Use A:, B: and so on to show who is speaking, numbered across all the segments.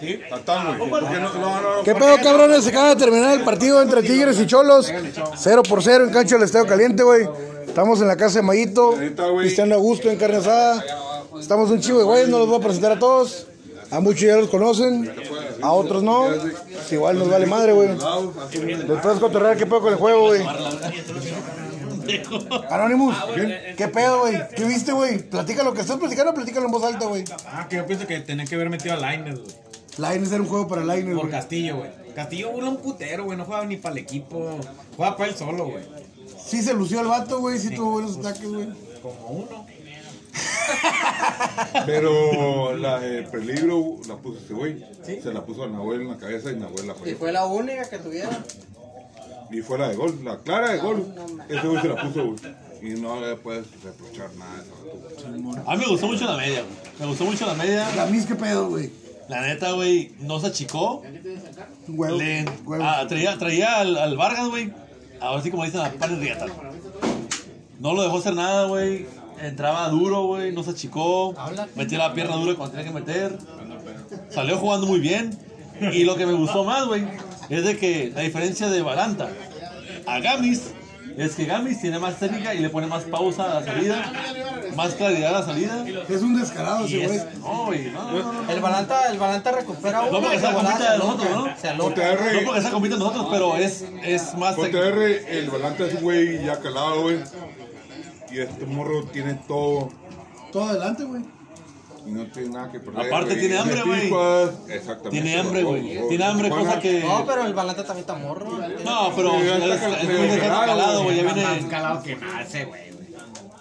A: Sí, total, güey. Porque no- no, no, no,
B: ¿Qué
A: porque-
B: pedo, cabrones? Se acaba de terminar el partido entre Tigres y Cholos. 0 por 0 en cancha del Estadio Caliente, güey. Estamos en la casa de Mayito.
A: neta, güey.
B: Cristiano Augusto en carne asada. Estamos un chivo de güeyes, no los voy a presentar a todos. A muchos ya los conocen, a otros no. Pues igual nos vale madre, güey. Después cotorrear, ¿qué pedo con el juego, güey? Anonymous, ¿qué pedo, güey? ¿Qué viste, güey? Platica lo que estás platicando, platícalo en voz alta, güey.
C: Ah, que yo pienso que tenía que haber metido a Lines, güey.
B: Lines era un juego para Lines,
C: Por
B: güey.
C: Castillo, güey. Castillo burla un putero, güey. No juega ni para el equipo. Juega para él solo, güey.
B: Sí se lució el vato, güey. Sí tuvo buenos ataques, güey.
C: Como uno.
A: Pero la de peligro la puso este güey. Se la puso a Nahuel en la cabeza y Nahuel la
D: Y
A: falló.
D: fue la única que tuvieron.
A: Y fue la de gol, la clara de gol. Ese güey se la puso, güey. Y no le puedes reprochar nada. a ese vato.
E: A mí me gustó mucho la media, güey. Me gustó mucho la media.
B: La mis, ¿qué pedo, güey?
E: La neta, güey, no se achicó.
B: Huevo.
E: Le,
B: huevo.
E: ah, traía traía al, al Vargas, güey. Ahora sí, como dicen, a pan y riata. No lo dejó hacer nada, güey. Entraba duro, güey. No se achicó. Metía la pierna dura cuando tenía que meter. Salió jugando muy bien. Y lo que me gustó más, güey, es de que la diferencia de Balanta a Gamis es que Gamis tiene más técnica y le pone más pausa a la salida, más claridad a la salida.
B: Es un descarado
E: Y
B: ese, güey.
E: es, no, güey, no, no, no.
D: El Balanta, el Balanta recupera
E: No,
D: uno
E: porque
D: y
E: esa
D: se volaba,
E: compita de
D: se
E: nosotros,
D: aloca,
E: ¿no?
D: Se
A: Contra
D: aloca.
E: No porque
A: R,
E: está compitiendo nosotros, pero es, es más
A: contra R, el volante es un güey ya calado, güey. Y este morro tiene todo.
B: Todo adelante, güey.
A: Y no tiene nada que perder.
E: Aparte tiene hambre, güey.
A: Meticuas. Exactamente.
E: Tiene hambre,
A: pues,
E: güey. Tiene hambre, cosa que.
D: No, pero el Balanta también está morro. güey.
E: No, pero
A: Sí, ya
E: es,
A: está
E: es
A: cal-
E: muy
A: medio calado,
E: calado, güey. Ya
C: Más
E: viene.
C: calado que nada ese, güey, güey.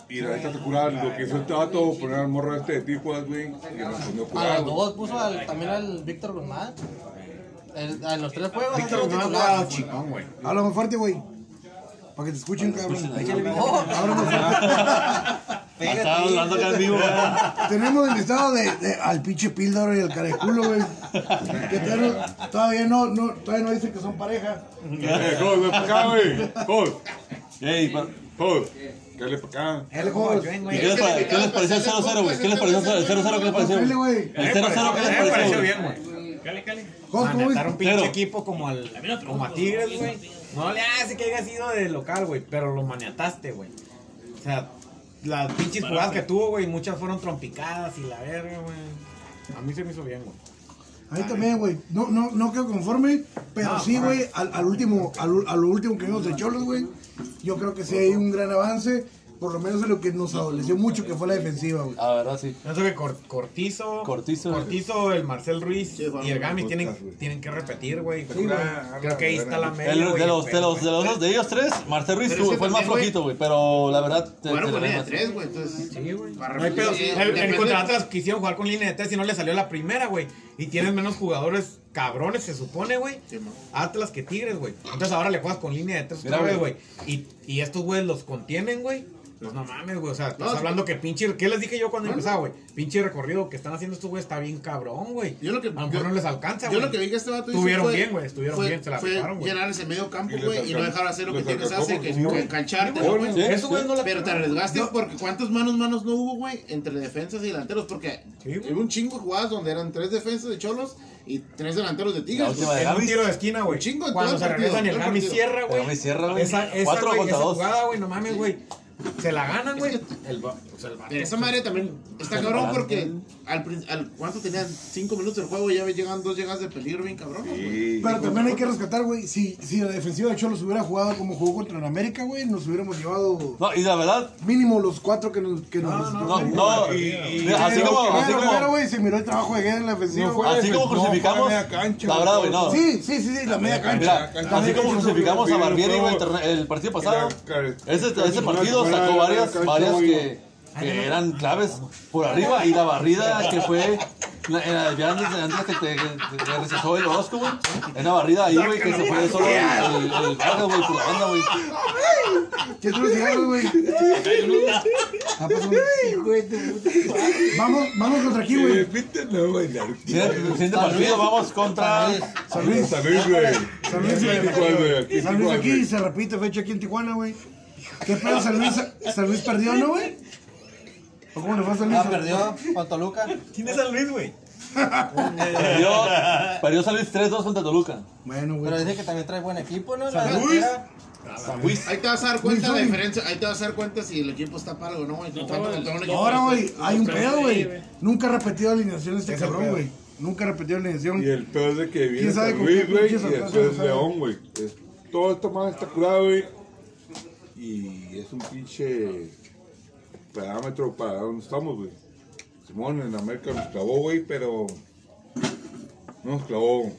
A: Y la neta se cura lo que hizo este vato, poner al morro este de Tijuas, güey. Y respondió
D: A
A: curado.
D: los dos puso al- también al Víctor Guzmán. El- A los tres juegos.
C: Víctor
D: hacerlo
C: no ha
D: titular.
C: jugado chingón, güey.
B: Habla más fuerte, güey. Para que te escuchen, cabrón.
D: Oh,
B: Habla más fuerte.
E: Estaba hablando acá en vivo, güey.
B: pues, Tenemos el listado de, de- al pinche Píldoro y al careculo, güey. Que todavía no- todavía no, no, todavía no dicen que son pareja.
A: Eh, Jos, ven para acá, güey. Jos,
E: Ey, pa-
A: Jos. Cállale para acá.
C: Él
B: jugó
D: Pues,
C: jugó
B: al Join,
E: ¿y
D: eh,
E: ¿Qué les pa- qué les pareció el 0-0, güey? ¿Qué les pareció el 0-0? ¿Qué les pareció?
B: Dale,
E: güey?
B: güey.
E: El 0-0, ¿qué les pareció? güey?
C: bien, güey.
B: Jos, ¿cómo
C: Manejar un
B: viste?
C: pinche
E: Oh, Pero-
C: equipo como, al, como a Tigres, güey. No le hace que haya sido de local, güey, pero lo maniataste, güey. O sea, las pinches jugadas que tuvo, güey, muchas fueron trompicadas y la verga, güey. A mí se me hizo bien, güey.
B: A mí también, güey. No, no, no quedo conforme, pero sí, güey, al, al último, al, u- a lo último que vimos de Cholos, güey, yo creo que sí hay un gran avance, por lo menos en lo que nos adoleció mucho, que fue la defensiva, güey.
E: Ah, verdad, sí.
C: Pienso que Cor- Cortizo,
E: Cortizo.
C: Cortizo, el Marcel Ruiz y el Gami tienen,
A: podcast, güey.
C: tienen que repetir, güey.
B: güey.
C: Creo que ahí está la media,
E: El- de, los,
C: güey,
E: de, los, de,
C: pero-
E: los, de, ellos tres, Marcel Ruiz
F: Pero
E: güey,
F: ese
E: fue el más
F: también, güey.
E: flojito, güey. Pero la verdad. te-
F: Bueno,
E: te la
F: con línea
E: ganas.
F: de tres, güey, entonces.
C: Sí, güey.
F: Para
C: No hay pedo.
F: repetir,
C: El, el
F: depende-
C: Contratlas quisieron jugar con línea de tres y no le salió la primera, güey. Y tienes menos jugadores cabrones, se supone, güey.
F: Sí, man.
C: Atlas que Tigres, güey. Entonces ahora le juegas con línea de tres
E: Mira,
C: otra vez,
E: güey.
C: güey. Y, y estos güeyes los contienen, güey. Pues no mames, güey. O sea, estás
F: No, sí.
C: hablando que pinche. ¿Qué les dije yo cuando empezaba, güey? Pinche recorrido que están haciendo estos güeyes está bien cabrón, güey.
F: Yo lo que-
C: A lo mejor
F: yo-
C: no les alcanza,
F: Yo
C: güey.
F: lo que vi que este vato hizo
C: Estuvieron
F: fue-
C: bien, güey, estuvieron
F: fue-
C: bien, se la
F: fue
C: rifaron, güey.
F: llenar ese medio campo,
A: Y les
F: güey, y no
A: alcanzó-
F: dejar hacer lo que
A: les
F: tienes que
A: alcanzó
F: hacer, que
A: porque-
F: que engancharte,
A: Sí,
F: güey.
A: sí.
C: Esos güeyes no la
F: Pero te arriesgaste porque cuántos manos manos no hubo, güey, entre defensas y delanteros, porque
C: Sí, güey.
F: hubo un chingo de jugadas donde eran tres defensas de Cholos y tres delanteros de
E: La
F: Tigres.
E: última
F: pues.
E: de
C: En un tiro de esquina, güey.
F: Un chingo en
C: Cuando
F: todo
C: se
F: el partido,
C: regresan y el
F: todo el
C: Gami
F: partido.
C: cierra, güey.
E: El Gami cierra, güey.
C: Esa, esa,
E: Cuatro
C: güey,
E: contra
C: esa
E: dos.
C: jugada, güey, no mames, güey. Se la ganan, güey. El, va- pues el vato-
F: Pero Esa madre también está cabrón porque al, prin- al cuánto tenían cinco minutos del juego y ya llegan dos llegadas de peligro bien cabrón.
A: Sí.
B: Pero también hay que rescatar, güey, si, si la defensiva de Cholos hubiera jugado como jugó contra el América, güey, nos hubiéramos llevado
E: No, y la verdad,
B: mínimo los cuatro que nos... Que nos
E: no, no. mira, Así
B: Pero
E: como.
B: primero,
E: Así
B: primero,
E: como
B: güey, se miró el trabajo de Guerra en la defensiva,
A: No fue
B: güey.
E: así como
A: No, fue a
E: crucificamos.
A: media cancha,
E: La verdad, güey, no.
B: Sí, sí, sí, sí, la media
E: Mira,
B: cancha. La
E: así
B: media
E: como
B: cancha.
E: crucificamos a
A: Pero,
E: Barbieri güey, el,
A: pero,
E: torne- el partido pasado,
A: pero,
E: ese,
A: pero,
E: ese
A: pero,
E: partido
A: pero,
E: sacó
A: pero,
E: varias,
A: pero,
E: varias
A: pero,
E: que, que eran claves por arriba y la barrida que fue la- en la de antes, antes que te que te rechazó el Orozco, güey. En la barrida ahí, güey, que se fue solo el, el, el Vargas, güey, por la banda, güey.
B: ¿Qué tú decías, güey? Ah, pues, güey. Vamos, vamos contra aquí, güey.
A: Repítelo, güey. la-
E: Siguiente siguiente partido, vamos contra.
B: San Luis.
A: San Luis, güey.
B: San Luis,
A: Aquí
B: güey.
A: Tijuas, güey. Aquí
B: San Luis
A: Tijuas,
B: aquí,
A: güey.
B: se repite fecha aquí en Tijuana, güey. ¿Qué pedo San Luis? ¿San Luis Ah, perdió, no, güey? ¿O cómo le fue a San Luis?
E: Ah,
D: La perdió con Toluca.
C: ¿Quién es San Luis, güey?
E: Perdió, perdió San Luis 3-2 contra Toluca.
B: Bueno,
D: Pero
B: güey.
D: dice que también trae buen equipo, ¿no? La
F: Luis.
D: delantera.
E: Luis,
F: Ahí te vas a dar cuenta
B: Luis,
F: la
B: oye.
F: diferencia. Ahí te vas a dar cuenta si el equipo está para algo, ¿no, güey?
G: No,
F: Cuando-
G: güey.
F: cuando un equipo
B: Ahora,
F: está-
B: güey, hay un
G: Pero
B: pedo,
G: sí,
B: güey.
G: güey.
B: Nunca ha repetido alineación este
F: Ese
B: cabrón,
F: pedo.
B: güey. Nunca ha repetido alineación.
A: Y el peor es de que viene
B: ¿Quién sabe
A: San
B: con
A: Luis,
B: qué
A: güey, y
B: pinches atrás
A: después
B: no
A: León, güey. Es- Todo esto más está curado, güey. Y es un pinche parámetro para donde estamos, güey. Simón en América nos clavó, güey, pero no nos clavó.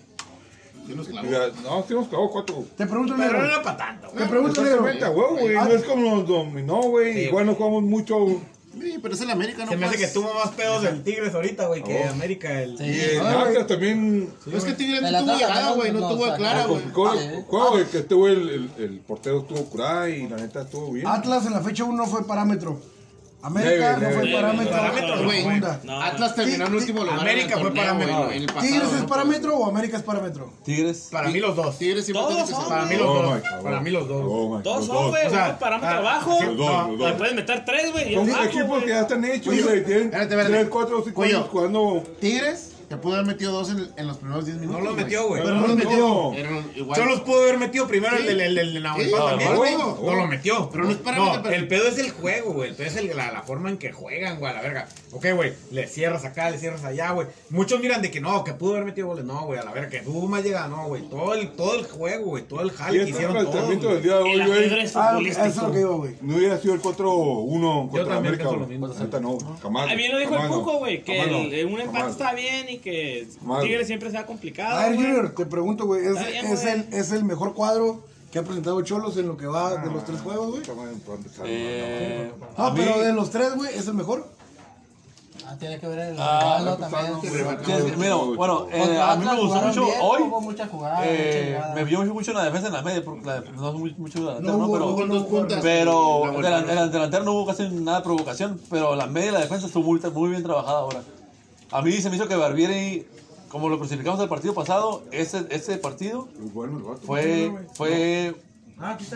F: Sí nos clavó.
A: Mira, no, sí nos clavó cuatro.
B: Te pregunto,
C: Pero no
B: negro.
C: era para tanto, güey.
B: Te pregunto, negro.
A: Exactamente, a huevo, güey.
B: Ah.
A: No es como nos dominó, güey.
C: Sí,
A: Igual nos jugamos mucho.
F: Sí, pero es el América, ¿no?
C: Se me hace que
F: Pues,
C: tuvo más pedos el Tigres ahorita, güey, que
A: Oh.
C: América. El...
A: Y
D: Sí.
A: el
B: Ah,
A: Atlas también
F: No, es que Tigres
D: El
F: no tuvo
D: Atlas
F: llegada,
D: ganó,
F: güey. No
D: no,
F: tuvo a
D: saca.
F: Clara,
D: Ah,
F: güey.
A: complicó.
D: Ah, eh.
A: Juego, güey, que estuvo el, el, el portero estuvo curado y la neta estuvo bien.
B: Atlas en la fecha 1 no fue parámetro. América
A: Leve,
B: no fue
A: leve,
B: parámetro.
G: leve.
B: Parámetro,
F: Güey,
B: segunda.
G: No,
F: Atlas terminó en
B: Ti-
F: último lugar. en el
C: América fue
F: torneo,
C: parámetro,
F: güey,
C: güey.
F: el pasado,
B: ¿Tigres es
F: ¿no?
B: parámetro o América es parámetro?
E: Tigres.
B: Ah,
C: Para mí los dos.
F: Tigres siempre
G: Todos
F: tiene que ser
G: son,
C: Para mí
F: parámetro.
C: los
A: Oh,
C: dos.
A: my God.
C: Para mí los dos.
A: Oh, my God,
G: Dos son, güey.
C: O sea,
G: uno parámetro
C: ah,
G: abajo.
C: sí,
A: los dos,
G: No,
A: los dos.
G: le puedes meter tres, güey. y
A: Son
G: es bajo,
C: Ah,
A: equipos
G: güey.
A: que ya están hechos,
F: Oye,
A: güey. Tienen
F: espérate, espérate.
A: 3, 4 o 5
F: Oye.
A: años jugando.
F: Tigres te pudo haber metido dos en, en los primeros 10
C: No
F: minutos.
C: lo metió, güey.
B: no lo metió.
F: Era igual.
C: Yo los pudo haber metido primero el del el, del Naucalpan
F: Sí,
C: también,
F: no,
C: güey.
F: no,
C: No lo metió.
F: Pero no es parámetro, pero-
C: el pedo es el juego, güey. El pedo es el- la, la forma en que juegan, güey, a la verga. Ok, güey, le cierras acá, le cierras allá, güey. Muchos miran de que no, que pudo haber metido goles. No, güey, a la verga, que tuvo más llegada. No, güey. Todo el, todo el juego, güey. Todo el
A: Y
C: jale que
A: este
C: Ah, hicieron todos.
A: planteamiento
C: güey.
A: del día de
G: El
A: hoy,
G: ajedrez
A: güey.
B: Ah, eso es lo que
G: futbolístico.
B: iba, güey.
A: No hubiera sido el 4-1 contra
C: también
A: América.
C: pienso lo
A: güey.
C: mismo.
A: Neta, no. Jamás.
G: Ah, bien lo dijo el
A: jamás no,
G: Cuco, güey, que
A: jamás no,
G: el- un empate
A: jamás.
G: está bien y que
A: Jamás.
G: Tigres siempre se ha complicado.
B: A ver,
G: güey.
B: Junior, te pregunto, güey. ¿es,
G: Está bien,
B: es
G: güey.
B: el, ¿Es el mejor cuadro que ha presentado Cholos en lo que va de los tres juegos, güey?
A: Está bien, para empezar,
E: Eh, a
B: Ah,
E: mí-
B: pero de los tres, güey, ¿es el mejor?
D: Ah, tiene que ver el
E: Ah,
D: regalo también.
A: empezando, güey.
E: Sí, es que, mira, bueno, eh, a mí me gustó
D: Jugaron
E: mucho
D: bien,
E: hoy.
D: hubo mucha jugada, mucha
E: eh,
D: llegada.
E: me vio mucho, mucho la defensa en la media, porque la defensa no es muy- mucho delantero,
B: No
E: ¿no?
B: hubo-
E: Pero,
F: Con dos puntas.
E: pero
F: La
E: en
F: voltearon.
E: el, en el delantero no hubo casi nada de provocación, pero la media y la defensa estuvo muy, muy bien trabajada ahora. A mí se me hizo que Barbieri, como lo crucificamos el partido pasado, ese, ese partido
A: Muy bueno el vato.
E: fue, fue,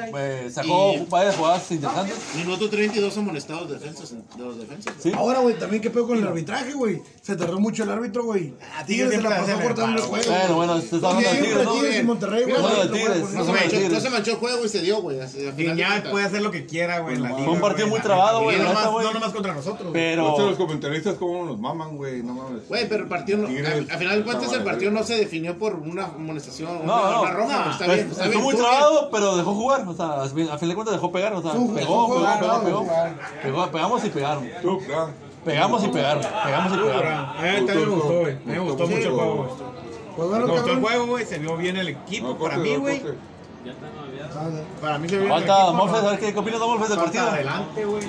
E: eh, sacó
F: Y-
E: varias jugadas interesantes.
F: Minuto 32 amonestados defensas. De los defensas.
E: Sí.
B: Ahora, güey, también qué pedo con el arbitraje, güey. Se tardó mucho el árbitro, güey.
C: Ah,
B: Tigres se la
C: siempre
B: pasó
C: hacen el
B: cortando el
C: paro, güey.
B: juego.
E: Bueno, bueno, se está hablando de
B: Siempre
E: Tigres, ¿no?
B: Tigres y Monterrey, güey.
E: Mira,
B: Lo
E: de
B: voy a
E: Tigres,
B: poner.
E: no
F: No se,
E: Bueno,
F: manchó,
E: Tigres.
F: no se manchó el juego y se dio, güey. así, al final de
C: Guiñac
F: cuentas.
C: puede hacer lo que quiera, güey. en la liga,
E: un partido
C: güey,
E: muy
C: la neta,
E: trabado,
C: y
E: güey, la
C: No
E: neta,
C: nomás-
E: güey.
C: no nomás contra nosotros. güey.
A: Escucha a
E: Pero
A: los comentaristas cómo nos maman, güey. No mames.
F: Güey, pero el partido, no,
A: Tigres,
F: a- al final de cuentas, el
A: está
F: partido
A: mal,
F: no se definió por una amonestación,
E: No,
F: una,
E: no.
F: una roja,
G: No,
C: Ah,
F: está bien, está
E: estuvo
F: bien.
E: muy
F: tú bien.
E: trabado, pero dejó jugar. O sea, a fin a fin de cuentas dejó pegar. O sea,
B: Fue un-
E: pegó,
B: fue
E: pegó,
B: un
E: pegó,
B: jugador,
E: pegó.
B: claro.
E: Pegó- Pegamos y pegaron.
A: Tú, claro.
E: Pegamos y pegaron. Pegamos y pegaron.
C: Ah, eh, también me gustó, güey. Me gustó mucho el juego, güey.
B: Pues
C: Me
B: bueno,
C: gustó el
B: cabrón.
C: juego, güey. Se vio bien el equipo
A: No,
C: para
A: corte,
C: mí,
A: no,
C: güey.
A: corte.
B: Ah,
C: Para mí se vio bien el
E: Falta
C: equipo.
E: Morfes, a ver qué qué opinas de Morfes del
C: Falta
E: partido.
C: adelante, güey.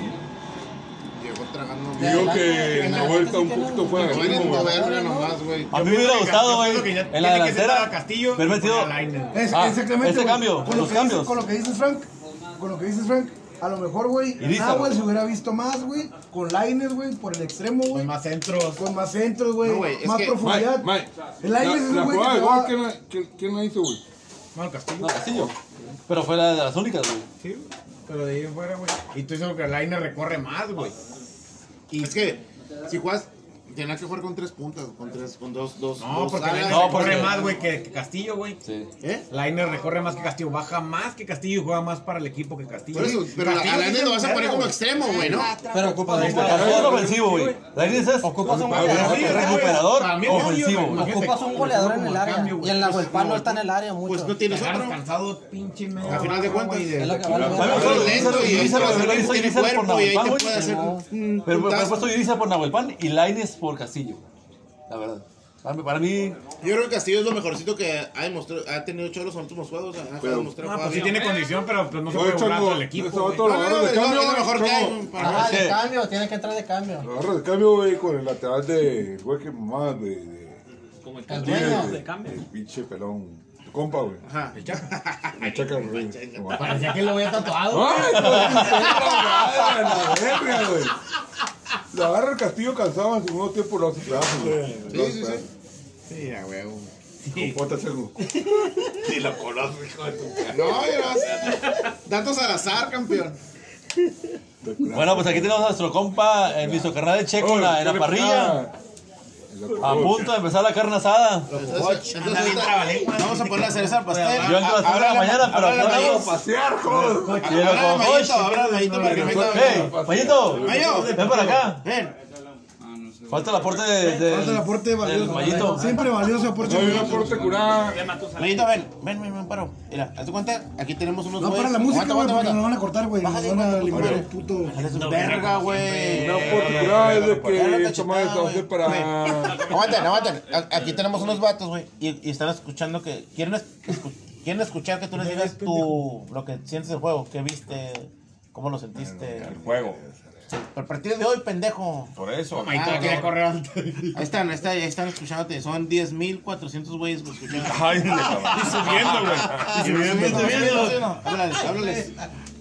F: Llegó tragando.
A: Digo
D: la-
A: que
D: en la
A: Nahuel está
D: defensa sí
A: un
D: tiene
A: poquito
D: un-
A: fuera de
F: No eres
A: ritmo, güey.
F: soberbio nomás,
E: A
F: güey.
E: mí
C: Yo
E: me hubiera
C: pienso que
E: gustado,
C: Castillo,
E: güey.
C: que ya
E: En
C: tiene
E: la
C: que sentar a
E: delantera.
C: Castillo
E: Haber
C: y
E: metido.
C: poner a Lainez.
B: Es-
E: Ah,
B: exactamente.
E: ese
B: güey.
E: cambio,
B: Con lo
E: los
B: que
E: cambios.
B: Dices, con lo que dices, Frank. Con lo que dices, Frank. A lo mejor, güey,
E: Lizardo.
B: Nahuel se hubiera visto más, güey. Con Lines, güey, por el extremo, güey.
C: Con más centros.
B: Con más centros, güey.
F: No, güey, es
B: más
F: que-
B: profundidad.
A: Mike, Mike.
B: El
A: La,
B: Lines es
A: la
B: un güey
A: jugada
B: que
A: de
B: te
A: gol,
B: va-
A: ¿quién la- ¿quién quién la hizo, güey?
C: Bueno, Castillo.
E: No, Castillo. Pero fue la de las únicas, güey.
C: Sí, güey. pero de ahí en fuera, güey. Y tú dices que Lainez recorre más, güey.
F: Y es que, si juegas, tenías que jugar con tres puntas, con tres, con dos, dos.
C: No,
F: dos
C: porque
F: alas.
C: Lainez
E: No,
C: recorre
E: porque-
C: más, güey, que, que Castillo, güey.
E: Sí.
F: ¿Eh?
C: Lainez recorre más que Castillo, baja más que Castillo y juega más para el equipo que Castillo.
F: Por eso, pero a
C: Castillo sí
F: Lainez
C: se
F: lo vas a
C: verga,
F: poner como
C: güey.
F: extremo, güey, ¿no?
D: Pero ocupas un
E: Castillo es
D: goleador.
E: ofensivo, güey. La línea es
D: Ocupas un
A: Para
C: Sí,
A: mí,
E: recuperador,
D: goleador.
C: para mí,
E: recuperador
C: obvio,
E: ofensivo.
C: güey.
D: Ocupas un goleador en el área. Y el Nahuelpan no está en el área
F: Pues no
D: mucho.
F: tienes
C: Llegaron
F: otro.
C: cansados, pinche medio.
F: A final de cuentas,
C: güey,
D: Es lo que
E: A mí me gustó
D: vale.
F: Lento y
E: Irizar,
F: pero
E: güey,
F: Lainez
E: Irizar
F: tiene
E: por
F: cuerpo y ahí te
E: Nahuelpan,
F: puede
E: güey.
F: hacer un
E: Pero pues, me he
F: puntazo.
E: puesto Yurisa por Nahuelpan y Laines por Castillo. La verdad. Para mí- Para mí,
F: Yo creo que Castillo es lo mejorcito que ha demostrado, ha tenido Cholos en los últimos juegos, ha
A: Pero-
F: demostrado
C: Ah,
F: jugar
C: pues sí
F: bien.
C: tiene condición, pero pues no se
A: Oye,
C: puede burlar
A: Chango,
C: todo el equipo.
A: ese
C: güey.
A: vato lo
F: No, no,
A: agarra de
F: no,
A: cambio,
F: es lo
A: güey,
F: mejor que hay,
A: Chango.
F: para-
D: Ajá, de cambio, tiene que entrar de cambio.
A: Lo agarra de cambio, güey, con el lateral de güey que mamá de, de
G: Como el
D: El
G: campeón
D: dueño.
G: de cambio.
A: el pinche pelón. Tu compa, güey.
F: Ajá.
C: El Chaca.
A: Me chaca el rey.
D: Parecía que lo había tatuado.
A: ¡Ay, güey! la verga, güey! Lo agarra el castillo cansado en segundo tiempo, lo hace pedazos, güey. Lo hace
F: sí, sí.
A: pedazos.
C: Sí, a huevo.
A: Compórtate, güey.
F: No, yo no sé. Datos al azar, campeón.
E: eh, Bueno, pues aquí tenemos a nuestro compa, el visocarnal de Checo en la, en la parrilla. punto de empezar la carne asada.
F: Entonces,
C: Anda bien trabalenguas.
F: vamos a poner la cereza al pastel.
E: Yo entro a las tres de la mañana, pero
F: Háblale,
E: ¿qué
F: Mayito,
E: hago?
A: pasear, joder.
E: Y el
F: háblale, Mayito,
E: cojosh.
F: háblale, Mayito, para que venga.
E: Hey, Mayito,
F: Mayo.
E: ven para acá.
F: Ven.
E: Falta el aporte de, de-
B: Falta el aporte
E: del
B: valioso.
E: Mayito.
B: Siempre valioso aporte.
A: No, yo
B: valioso.
A: no porte curada.
F: Mayito, ven. Ven, ven, ven, paro. Mira, haz tu cuenta, aquí tenemos unos
B: No, para la
F: güeyes.
B: música,
F: Aguanta,
B: güey, porque
F: aguanta, aguanta.
B: nos van a cortar, güey. Nos
F: Bájale,
B: van a
F: bájale,
B: limpiar
F: bájale.
B: el puto.
F: Dale su verga, güey.
A: Una oportunidad es de que esta madre se hace para.
F: Aguanten, aguanten. A- Aquí tenemos unos vatos, güey. Y, y están escuchando que. Quieren, es- escu- quieren escuchar que tú les digas tu, lo que sientes del juego, qué viste, cómo lo sentiste.
H: El juego.
F: Pero a partir de hoy, pendejo.
H: Por eso.
F: Ah,
C: Maito quiere
F: no.
C: correr antes.
F: Ahí están, ahí están, ahí están escuchándote. Son 10.400 güeyes que escuchan.
H: Ay, de cabrón.
G: subiendo, güey.
F: Sí, sí, sí, sí, sí, no. Háblales, háblales.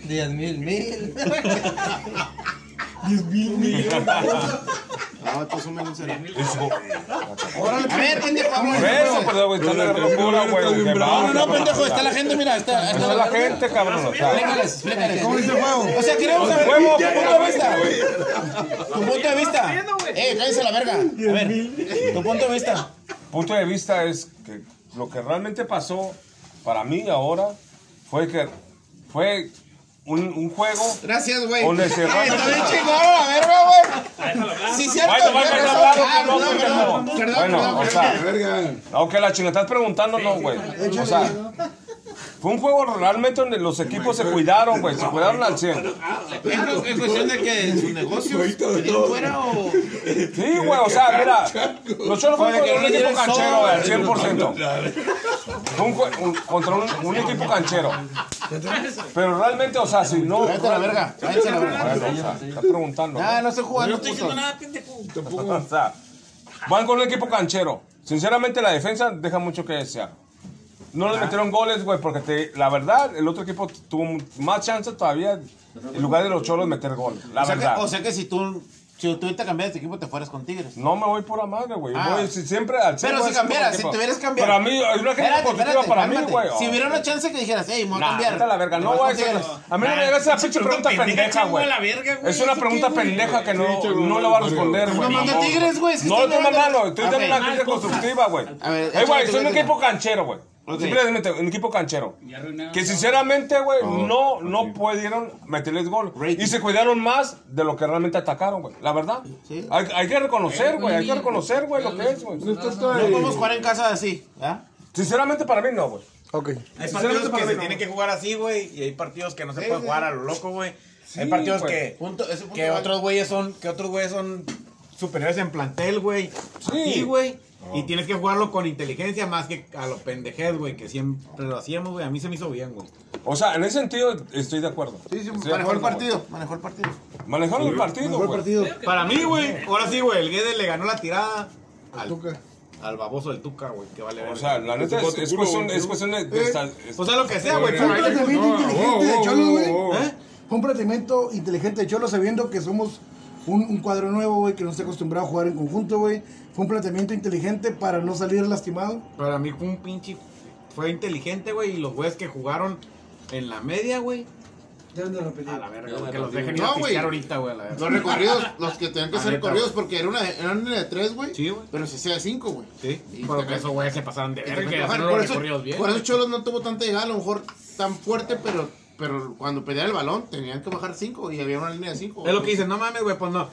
D: 10 mil, mil.
B: 10 mil millones.
F: No, tú súmale un cero.
H: Eso.
F: A ver, pendejo,
H: Por
F: háblale.
H: eso, por eso, güey, está la locura, güey. que
F: No,
H: va,
F: no, no,
H: cabrón.
F: pendejo, está la gente, mira, está,
H: Está
F: está
H: la gente, cabrón. o sea.
F: Explícales, explícales.
B: ¿Cómo dice el juego?
F: O sea, queremos saber
H: Huevo,
F: tu punto de vista. Tu punto de vista. Eh, cállense la verga. A ver, tu punto de vista.
H: punto de vista es que lo que realmente pasó para mí ahora fue que fue un, un juego
F: Gracias, güey.
H: donde se va
F: Está bien chingón, la verga, güey. Sí, cierto.
H: Bueno, bueno,
F: verga,
H: bueno,
F: eso-
H: bueno,
F: Ah,
H: bueno,
F: perdón,
H: bueno.
F: perdón,
H: Bueno,
F: perdón,
H: o
F: perdón.
H: sea,
B: Verga.
H: Aunque la chingada estás preguntando, no, güey. O sea, fue un juego realmente donde los equipos se cuidaron, güey. Se cuidaron al 100.
F: Es es cuestión de que sus negocios
A: Ahorita de
F: estén
A: todo.
F: fuera o...
H: Sí, güey, o sea, mira. Los cholos fueron
F: Oye, que
H: contra
F: no
H: un
F: le
H: equipo
F: dieron
H: canchero,
F: sol,
H: güey, al 100%. Fue un jue- un- contra un, un equipo canchero. Pero realmente, o sea, si no.
F: Cállate la verga, cállate la verga.
H: Bueno, o sea, está preguntando.
F: Ah, no estoy jugando, puto.
G: nada, pendejo.
H: O sea, van con un equipo canchero. Sinceramente, la defensa deja mucho que desear. No
F: Ah.
H: le metieron goles, güey, porque te- la verdad, el otro equipo tuvo más chances todavía en lugar de los cholos meter gol. La
F: O sea
H: verdad.
F: que- O sea que si tú... Si tú ahorita cambiaras de equipo, te fueras con Tigres.
H: No me voy por la madre, güey. Yo
F: Ah.
H: voy si- siempre al
F: Pero
H: 100%
F: si cambiaras,
H: equipo.
F: si te hubieras cambiado.
H: Para mí, hay una crítica
F: Espérate,
H: positiva
F: espérate,
H: para mí,
F: cálmate.
H: güey.
F: Si hubiera una chance que dijeras, hey, me voy a
H: Nah,
F: cambiar.
H: vete a la verga,
F: Te
H: no
F: vas
H: voy a
F: con
H: hacer.
F: Tigres.
H: A mí no me hagas esa pinche pregunta pendeja, güey.
G: chingo a la verga, güey.
H: Es una
G: ¿Eso
H: pregunta
G: qué, güey?
H: pendeja que no, no la va a responder, güey.
F: mamando
H: Mamón.
F: Pues Tigres, güey, es que
H: No le
F: estoy
H: tomes
F: hablando-
H: malo, estoy dando
F: Ok.
H: una crítica constructiva, güey.
F: A ver,
H: Ey, güey,
F: échale tu
H: soy un
F: crítica.
H: equipo canchero, güey.
F: Ok.
H: Simplemente un equipo canchero. Que sinceramente, güey, no, no pudieron meterles gol.
F: Rating.
H: Y se cuidaron más de lo que realmente atacaron, güey. La verdad.
F: Sí.
H: Hay, hay que reconocer, güey. Hay que reconocer, güey, lo que es, güey.
A: No está todo
F: No
A: ahí.
F: podemos jugar en casa así, ¿ah?
H: Sinceramente, para mí no, güey.
B: Ok.
C: Hay partidos que se tienen que jugar así, güey. Y hay partidos que no se pueden jugar a lo loco, güey. hay partidos
H: güey.
C: que,
F: Punto- ese punto
C: que
F: vale.
C: otros güeyes son, que otros güeyes son superiores en plantel, güey. Sí, güey. Y tienes que jugarlo con inteligencia más que a los pendejez, güey, que siempre lo hacíamos, güey. A mí se me hizo bien, güey.
H: O sea, en ese sentido estoy de acuerdo.
F: Sí, sí,
H: Estoy de
F: manejó el
H: acuerdo, güey.
F: partido, manejó el partido.
H: Manejaron el partido,
B: Mejor
H: güey.
B: partido.
C: Para mí, güey. Ahora sí, güey. El Guedes le ganó la tirada al,
B: Tuca.
C: al baboso del Tuca, güey. Que vale
H: O
C: verga.
H: sea, la
B: Este
H: neta es, es cuestión, es cuestión de... de esta-
B: Eh,
H: es-
C: o sea, lo que sea, güey. pero
B: Fue un
C: hay que-
B: planteamiento
A: No,
B: inteligente
A: oh,
B: de
A: oh,
B: Cholos, güey.
A: oh, oh.
B: ¿Eh? Fue un planteamiento inteligente de Cholos sabiendo que somos un, un cuadro nuevo, güey, que no está acostumbrado a jugar en conjunto, güey. Fue un planteamiento inteligente para no salir lastimado.
C: Para mí fue un pinche. Fue inteligente, güey. Y los güeyes que jugaron en la media, güey.
B: Deben de repetir.
C: A la verga, güey, que los dejen ir
F: No,
C: a pistear
F: güey.
C: ahorita, güey. a la verga.
F: Los recorridos, los que tenían que
C: La
F: ser
C: neta,
F: corridos, porque era una, era una de tres, güey.
C: Sí, güey.
F: Pero si sea de cinco, güey.
C: Sí,
F: Y
C: por
F: te-
C: que esos güeyes se pasaron de
F: y te-
C: verga. Que
F: ajá,
C: hacen
F: por,
C: los recorridos
F: eso,
C: bien.
F: por eso Cholos no tuvo tanta llegada, a lo mejor tan fuerte, pero, pero cuando pedía el balón tenían que bajar cinco y había una línea de cinco.
C: Es lo que dicen, no mames, güey, pues no.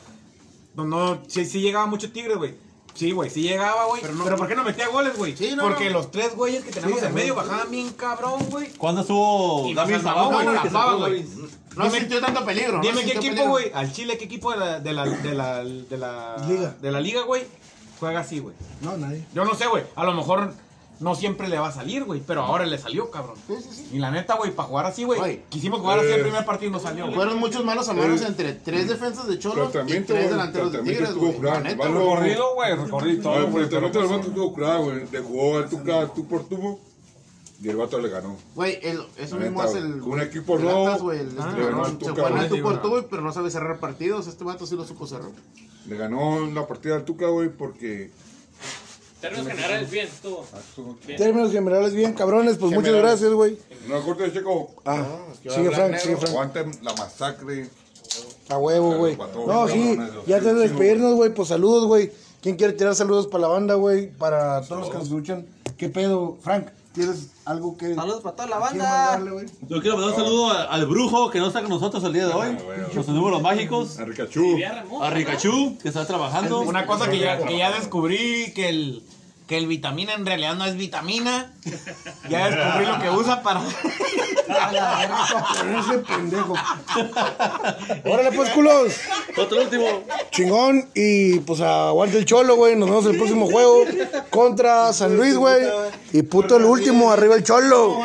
C: No, no, sí, sí llegaba mucho Tigres, güey. Sí, güey, sí llegaba, güey. Pero, ¿por qué no metía goles, güey?
F: Sí, no,
C: Porque
F: no.
C: los tres güeyes que tenemos en medio bajaban bien cabrón, güey.
E: ¿Cuándo estuvo
C: Y
E: David
C: nos
E: Sabao,
C: salvó,
E: güey?
C: no,
E: que
C: la
E: sacó,
C: salvaba,
E: güey?
C: güey.
F: No sintió tanto peligro. no
C: Dime qué
F: sintió
C: equipo,
F: peligro.
C: güey. Al Chile, qué equipo de la, de la, de la, de la,
B: Liga.
C: de la liga, güey, juega así, güey.
B: No, nadie.
C: Yo no sé, güey. A lo mejor no siempre le va a salir, güey. Pero ahora le salió, cabrón. Y la neta, güey, para jugar así, güey.
F: Oye.
C: Quisimos jugar
H: Eh.
C: así el primer partido y no salió, güey.
F: Fueron muchos malos a manos
A: Eh,
F: entre tres defensas de Cholos y
A: tratamiento,
F: tres
A: güey,
F: delanteros de
A: tratamiento
F: Tigres,
A: estuvo
F: güey.
A: grande,
F: La neta,
A: vale.
F: güey.
H: Recorrido, güey, recorrí
A: No,
H: todo, güey.
A: pero
H: pero
A: el
H: pasó.
A: vato estuvo curado, güey. Le jugó a Tuca, tú por tubo. Y el vato le ganó.
F: Güey, el- eso
A: La
F: mismo
A: neta,
F: hace el.
A: con un equipo
F: el
A: nuevo,
F: Atlas, güey, el-
A: ah,
F: este,
A: le ganó
F: no,
A: al
F: se
A: Tuca,
F: fue
A: güey.
F: tú por tú, güey, pero no sabe cerrar partidos. Este vato sí lo supo cerrar.
A: Le ganó la partida al Tuca, güey, porque.
I: Términos generales, bien, estuvo.
B: Términos generales bien, cabrones. Pues muchas
A: Generales.
B: gracias, güey.
A: No corte de Checo.
B: Ah, sigue Frank, sigue Frank.
A: Aguanten la masacre.
B: A huevo, güey.
A: Para todos,
B: No,
A: cabrones,
B: sí,
A: los
B: ya antes de
A: chinos.
B: despedirnos, güey, pues saludos, güey. ¿Quién quiere tirar saludos para la banda, güey? Para todos los que nos escuchan. ¿Qué pedo, Frank? ¿Tienes algo que.
D: Saludos para toda la
B: que
D: banda.
B: mandarle, güey?
E: Yo quiero mandar un saludo a- al brujo que no está con nosotros el día de hoy. Los números mágicos.
A: Arcachú.
E: A Rikachu, que está trabajando.
C: Una cosa que ya, que ya descubrí que el que el vitamina en realidad no es vitamina. Ya descubrí lo que usa para.
B: Pero ese pendejo. Órale, pues, culos.
E: Otro último.
B: Chingón. Y pues aguante el cholo, güey. Nos vemos el próximo juego contra San Luis, güey. Y puto el último, arriba el cholo.